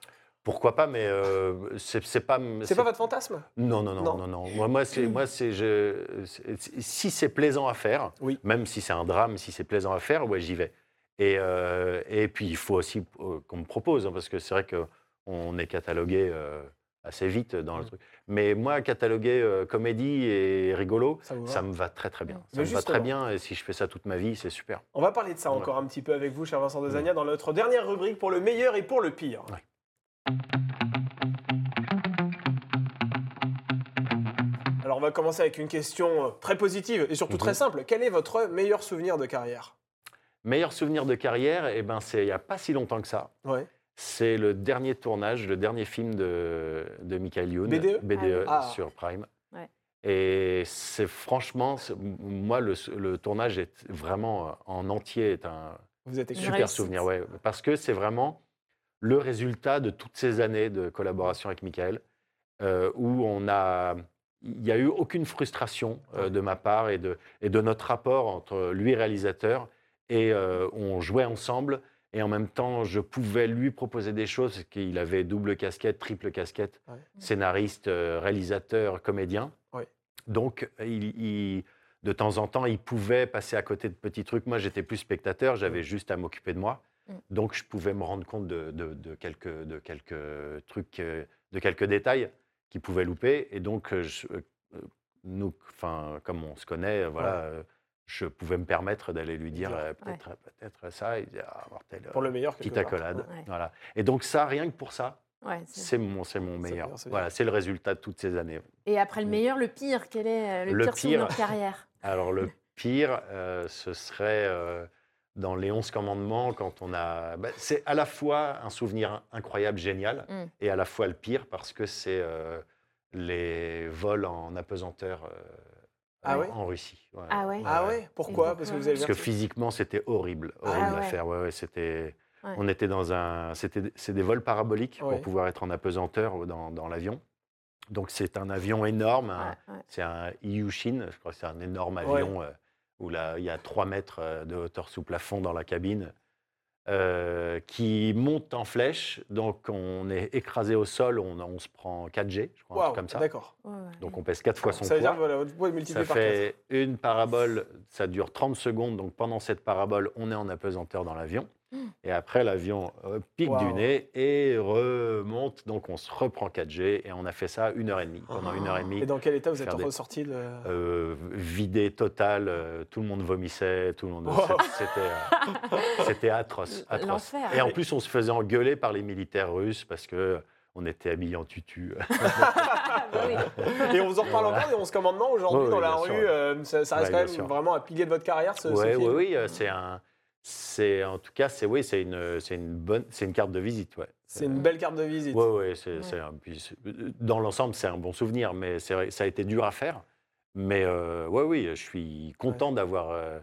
[SPEAKER 4] Pourquoi pas, mais euh, c'est c'est pas.
[SPEAKER 3] C'est pas votre fantasme
[SPEAKER 4] Non, non, non,
[SPEAKER 3] Non.
[SPEAKER 4] non, non. Moi, moi, c'est, moi, c'est, je, c'est- si c'est plaisant à faire,
[SPEAKER 3] Oui.
[SPEAKER 4] même si c'est un drame, si c'est plaisant à faire, ouais, j'y vais. Et, euh, et puis, il faut aussi euh, qu'on me propose, hein, parce que c'est vrai qu'on est catalogué euh, assez vite dans le
[SPEAKER 3] Mm.
[SPEAKER 4] truc. Mais moi, cataloguer euh, comédie et rigolo,
[SPEAKER 3] Ça vous va
[SPEAKER 4] ça me va très, très bien. Ça
[SPEAKER 3] Mais
[SPEAKER 4] me va très
[SPEAKER 3] justement.
[SPEAKER 4] bien, et si je fais ça toute ma vie, c'est super.
[SPEAKER 3] On va parler de ça
[SPEAKER 4] Ouais.
[SPEAKER 3] encore un petit peu avec vous, cher Vincent Desagna, dans notre dernière rubrique pour le meilleur et pour le pire.
[SPEAKER 4] Ouais.
[SPEAKER 3] Alors, on va commencer avec une question euh, très positive et surtout
[SPEAKER 4] Mhm.
[SPEAKER 3] très simple. Quel est votre meilleur souvenir de carrière
[SPEAKER 4] Meilleur souvenir de carrière, eh ben, c'est il n'y a pas si longtemps que ça.
[SPEAKER 3] Ouais.
[SPEAKER 4] C'est le dernier tournage, le dernier film de, de Michael Youn, E
[SPEAKER 3] BDE? Ah.
[SPEAKER 4] sur Prime.
[SPEAKER 5] Ouais.
[SPEAKER 4] Et c'est franchement, c'est- m- moi, le, le tournage est vraiment euh, en entier est un
[SPEAKER 3] Vous êtes
[SPEAKER 4] super
[SPEAKER 3] excellent.
[SPEAKER 5] réussite.
[SPEAKER 4] souvenir, ouais, parce que c'est vraiment le résultat de toutes ces années de collaboration avec Michael, euh, où on a, il n'y a eu aucune frustration euh, de ma part et de, et de notre rapport entre lui réalisateur et euh, on jouait ensemble et en même temps je pouvais lui proposer des choses parce qu'il avait double casquette, triple casquette,
[SPEAKER 3] Ouais.
[SPEAKER 4] scénariste, euh, réalisateur, comédien.
[SPEAKER 3] Ouais.
[SPEAKER 4] Donc il- il, de temps en temps, il pouvait passer à côté de petits trucs. Moi, j'étais plus spectateur,
[SPEAKER 3] Mm.
[SPEAKER 4] j'avais juste à m'occuper de moi.
[SPEAKER 5] Mm.
[SPEAKER 4] Donc, je pouvais me rendre compte de, de- de quelques, de quelques trucs, euh, de quelques détails qui pouvaient louper. Et donc, euh, je- euh, nous, enfin, comme on se connaît, euh, voilà, euh, je pouvais me permettre d'aller lui dire
[SPEAKER 3] dire,
[SPEAKER 4] euh, peut-être peut-être ça, et dire, ah, mortel, euh,
[SPEAKER 3] Pour le meilleur, quelque
[SPEAKER 4] petite
[SPEAKER 3] part.
[SPEAKER 4] accolade.
[SPEAKER 5] Ouais.
[SPEAKER 4] Voilà. Et donc, ça, rien que pour ça,
[SPEAKER 5] Ouais, c'est-
[SPEAKER 4] c'est mon, c'est mon
[SPEAKER 3] C'est
[SPEAKER 4] meilleur.
[SPEAKER 3] bien, c'est bien.
[SPEAKER 4] voilà, c'est le résultat de toutes ces années.
[SPEAKER 5] Et après le
[SPEAKER 4] Mm.
[SPEAKER 5] meilleur, le pire, quel est euh, le,
[SPEAKER 4] Le
[SPEAKER 5] pire, souvenir
[SPEAKER 4] pire.
[SPEAKER 5] de carrière
[SPEAKER 4] Alors le pire, euh, ce serait euh, dans les 11 commandements quand on a... bah, c'est à la fois un souvenir incroyable, génial,
[SPEAKER 5] Mm.
[SPEAKER 4] et à la fois le pire parce que c'est euh, les vols en apesanteur euh,
[SPEAKER 3] Ah
[SPEAKER 4] en,
[SPEAKER 3] ouais
[SPEAKER 4] en Russie. Ouais.
[SPEAKER 5] Ah ouais
[SPEAKER 3] Ah ouais Pourquoi
[SPEAKER 5] Et
[SPEAKER 3] Parce que
[SPEAKER 5] pourquoi
[SPEAKER 3] vous avez
[SPEAKER 4] Parce que physiquement, c'était horrible, horrible
[SPEAKER 5] Ah
[SPEAKER 4] à
[SPEAKER 5] ouais.
[SPEAKER 4] faire. Ouais, ouais, c'était...
[SPEAKER 5] Ouais.
[SPEAKER 4] On était dans un, c'était, c'est des vols paraboliques
[SPEAKER 3] Ouais.
[SPEAKER 4] pour pouvoir être en apesanteur euh, dans, dans l'avion. Donc c'est un avion énorme, un-
[SPEAKER 5] Ouais, ouais.
[SPEAKER 4] c'est un Ilyushin, je crois que c'est un énorme
[SPEAKER 3] Ouais.
[SPEAKER 4] avion euh, où là, il y a 3 mètres euh, de hauteur sous plafond dans la cabine, euh, qui monte en flèche. Donc, on est écrasé au sol, on, on se prend 4G, je crois, un truc
[SPEAKER 3] Waouh,
[SPEAKER 4] comme ça.
[SPEAKER 3] d'accord.
[SPEAKER 5] Ouais, ouais.
[SPEAKER 4] Donc, on pèse 4 fois son
[SPEAKER 3] Ça veut dire
[SPEAKER 4] poids.
[SPEAKER 3] que voilà, vous pouvez multiplier
[SPEAKER 4] Ça
[SPEAKER 3] par 4.
[SPEAKER 4] fait une parabole, ça dure 30 secondes. Donc, pendant cette parabole, on est en apesanteur dans l'avion. Et après, l'avion euh, pique
[SPEAKER 3] Waouh.
[SPEAKER 4] du nez et remonte. Donc, on se reprend 4G et on a fait ça une heure et demie. Pendant une heure et demie,
[SPEAKER 3] Et dans quel état vous êtes
[SPEAKER 4] Mm. Faire des-
[SPEAKER 3] ressorti de...
[SPEAKER 4] euh, vidé total, euh, tout le monde vomissait, tout le monde.
[SPEAKER 3] Wow.
[SPEAKER 4] c'est- C'était, euh, c'était atroce, atroce.
[SPEAKER 5] L'enfer.
[SPEAKER 4] Et en plus, on se faisait engueuler par les militaires russes parce que on était habillés en tutu.
[SPEAKER 5] Ah, bah
[SPEAKER 4] <laughs>
[SPEAKER 5] oui.
[SPEAKER 3] Et on vous en reparle
[SPEAKER 4] Voilà.
[SPEAKER 3] encore des 11 commandements aujourd'hui
[SPEAKER 4] Oui, oui,
[SPEAKER 3] dans la
[SPEAKER 4] bien
[SPEAKER 3] rue.
[SPEAKER 4] sûr.
[SPEAKER 3] euh, ça, ça reste
[SPEAKER 4] Ouais,
[SPEAKER 3] quand
[SPEAKER 4] bien
[SPEAKER 3] même
[SPEAKER 4] sûr.
[SPEAKER 3] vraiment un pilier de votre carrière, ce, ce
[SPEAKER 4] ouais,
[SPEAKER 3] film.
[SPEAKER 4] ouais, oui, euh, c'est un, c'est en tout cas, c'est oui, c'est une, c'est une bonne, c'est une carte de visite, ouais.
[SPEAKER 3] C'est une belle carte de visite.
[SPEAKER 4] Ouais, ouais, c'est,
[SPEAKER 5] Ouais.
[SPEAKER 4] c'est un- puis c'est- dans l'ensemble, c'est un bon souvenir, mais c'est vrai, ça a été dur à faire. Mais euh, ouais, oui, je suis content d'avoir, euh,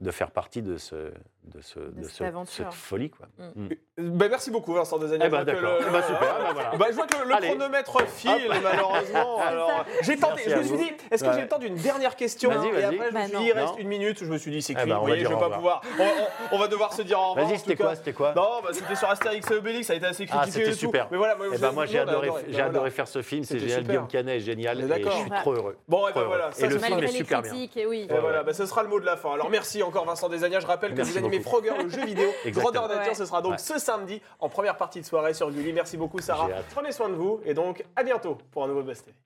[SPEAKER 4] de faire partie de ce, de ce, de
[SPEAKER 5] cette
[SPEAKER 4] ce-
[SPEAKER 5] aventure.
[SPEAKER 4] cette folie, quoi.
[SPEAKER 5] Mm.
[SPEAKER 4] Mm.
[SPEAKER 3] Euh, ben, merci beaucoup, Vincent Desagna.
[SPEAKER 4] Eh ben,
[SPEAKER 3] Je vois que
[SPEAKER 4] d'accord.
[SPEAKER 3] le-
[SPEAKER 4] Eh
[SPEAKER 3] <laughs>
[SPEAKER 4] ben, super, eh ben, voilà.
[SPEAKER 3] Bah, je vois que le, le
[SPEAKER 4] Allez.
[SPEAKER 3] chronomètre file, malheureusement. Alors, euh, j'ai tenté,
[SPEAKER 4] Merci
[SPEAKER 3] je
[SPEAKER 4] à
[SPEAKER 3] me suis
[SPEAKER 4] vous.
[SPEAKER 3] dit, est-ce que j'ai
[SPEAKER 4] Ouais.
[SPEAKER 3] le temps d'une dernière question
[SPEAKER 4] Vas-y,
[SPEAKER 3] Et
[SPEAKER 4] vas-y.
[SPEAKER 3] après, je me
[SPEAKER 5] Bah,
[SPEAKER 3] suis
[SPEAKER 5] non.
[SPEAKER 3] dit, il reste
[SPEAKER 4] Non.
[SPEAKER 3] une minute. Je me suis dit, c'est
[SPEAKER 4] Eh
[SPEAKER 3] cuit,
[SPEAKER 4] ben, on
[SPEAKER 3] vous
[SPEAKER 4] va
[SPEAKER 3] voyez, je
[SPEAKER 4] dire
[SPEAKER 3] vais
[SPEAKER 4] au
[SPEAKER 3] pas pouvoir.
[SPEAKER 4] revoir.
[SPEAKER 3] On, on- on va devoir se dire au revoir. en
[SPEAKER 4] Vas-y,
[SPEAKER 3] tout
[SPEAKER 4] c'était
[SPEAKER 3] cas.
[SPEAKER 4] quoi, c'était quoi
[SPEAKER 3] Non, bah, c'était sur Astérix et Obélix, ça a été assez critiqué.
[SPEAKER 4] Ah,
[SPEAKER 3] et
[SPEAKER 4] c'était
[SPEAKER 3] tout.
[SPEAKER 4] super.
[SPEAKER 3] Mais voilà,
[SPEAKER 4] Eh ben, moi, j'ai
[SPEAKER 3] nous, on a
[SPEAKER 4] adoré,
[SPEAKER 3] Ben,
[SPEAKER 4] j'ai
[SPEAKER 3] voilà.
[SPEAKER 4] adoré faire ce film. C'est
[SPEAKER 3] C'était
[SPEAKER 4] génial.
[SPEAKER 3] super.
[SPEAKER 4] Guillaume Canet est génial.
[SPEAKER 3] Mais
[SPEAKER 4] Et je
[SPEAKER 3] d'accord.
[SPEAKER 4] suis trop heureux.
[SPEAKER 3] Bon, et ben
[SPEAKER 4] Trop
[SPEAKER 3] voilà,
[SPEAKER 4] heureux.
[SPEAKER 3] ça,
[SPEAKER 4] et le
[SPEAKER 3] c'est
[SPEAKER 4] film
[SPEAKER 5] Malgré
[SPEAKER 4] est
[SPEAKER 5] les
[SPEAKER 4] super bien.
[SPEAKER 5] critiques, et oui.
[SPEAKER 3] Et voilà, bah, ce sera le mot de la fin. Alors merci encore Vincent Desagna. Je rappelle que
[SPEAKER 4] Merci
[SPEAKER 3] vous animez
[SPEAKER 4] beaucoup.
[SPEAKER 3] Frogger le jeu vidéo.
[SPEAKER 4] <laughs> Exactement.
[SPEAKER 3] Grandeur nature,
[SPEAKER 5] Ouais.
[SPEAKER 3] ce sera donc
[SPEAKER 4] Ouais.
[SPEAKER 3] ce samedi en première partie de soirée sur Gulli. Merci beaucoup Sarah.
[SPEAKER 4] J'ai hâte.
[SPEAKER 3] Prenez soin de vous et donc à bientôt pour un nouveau Best TV.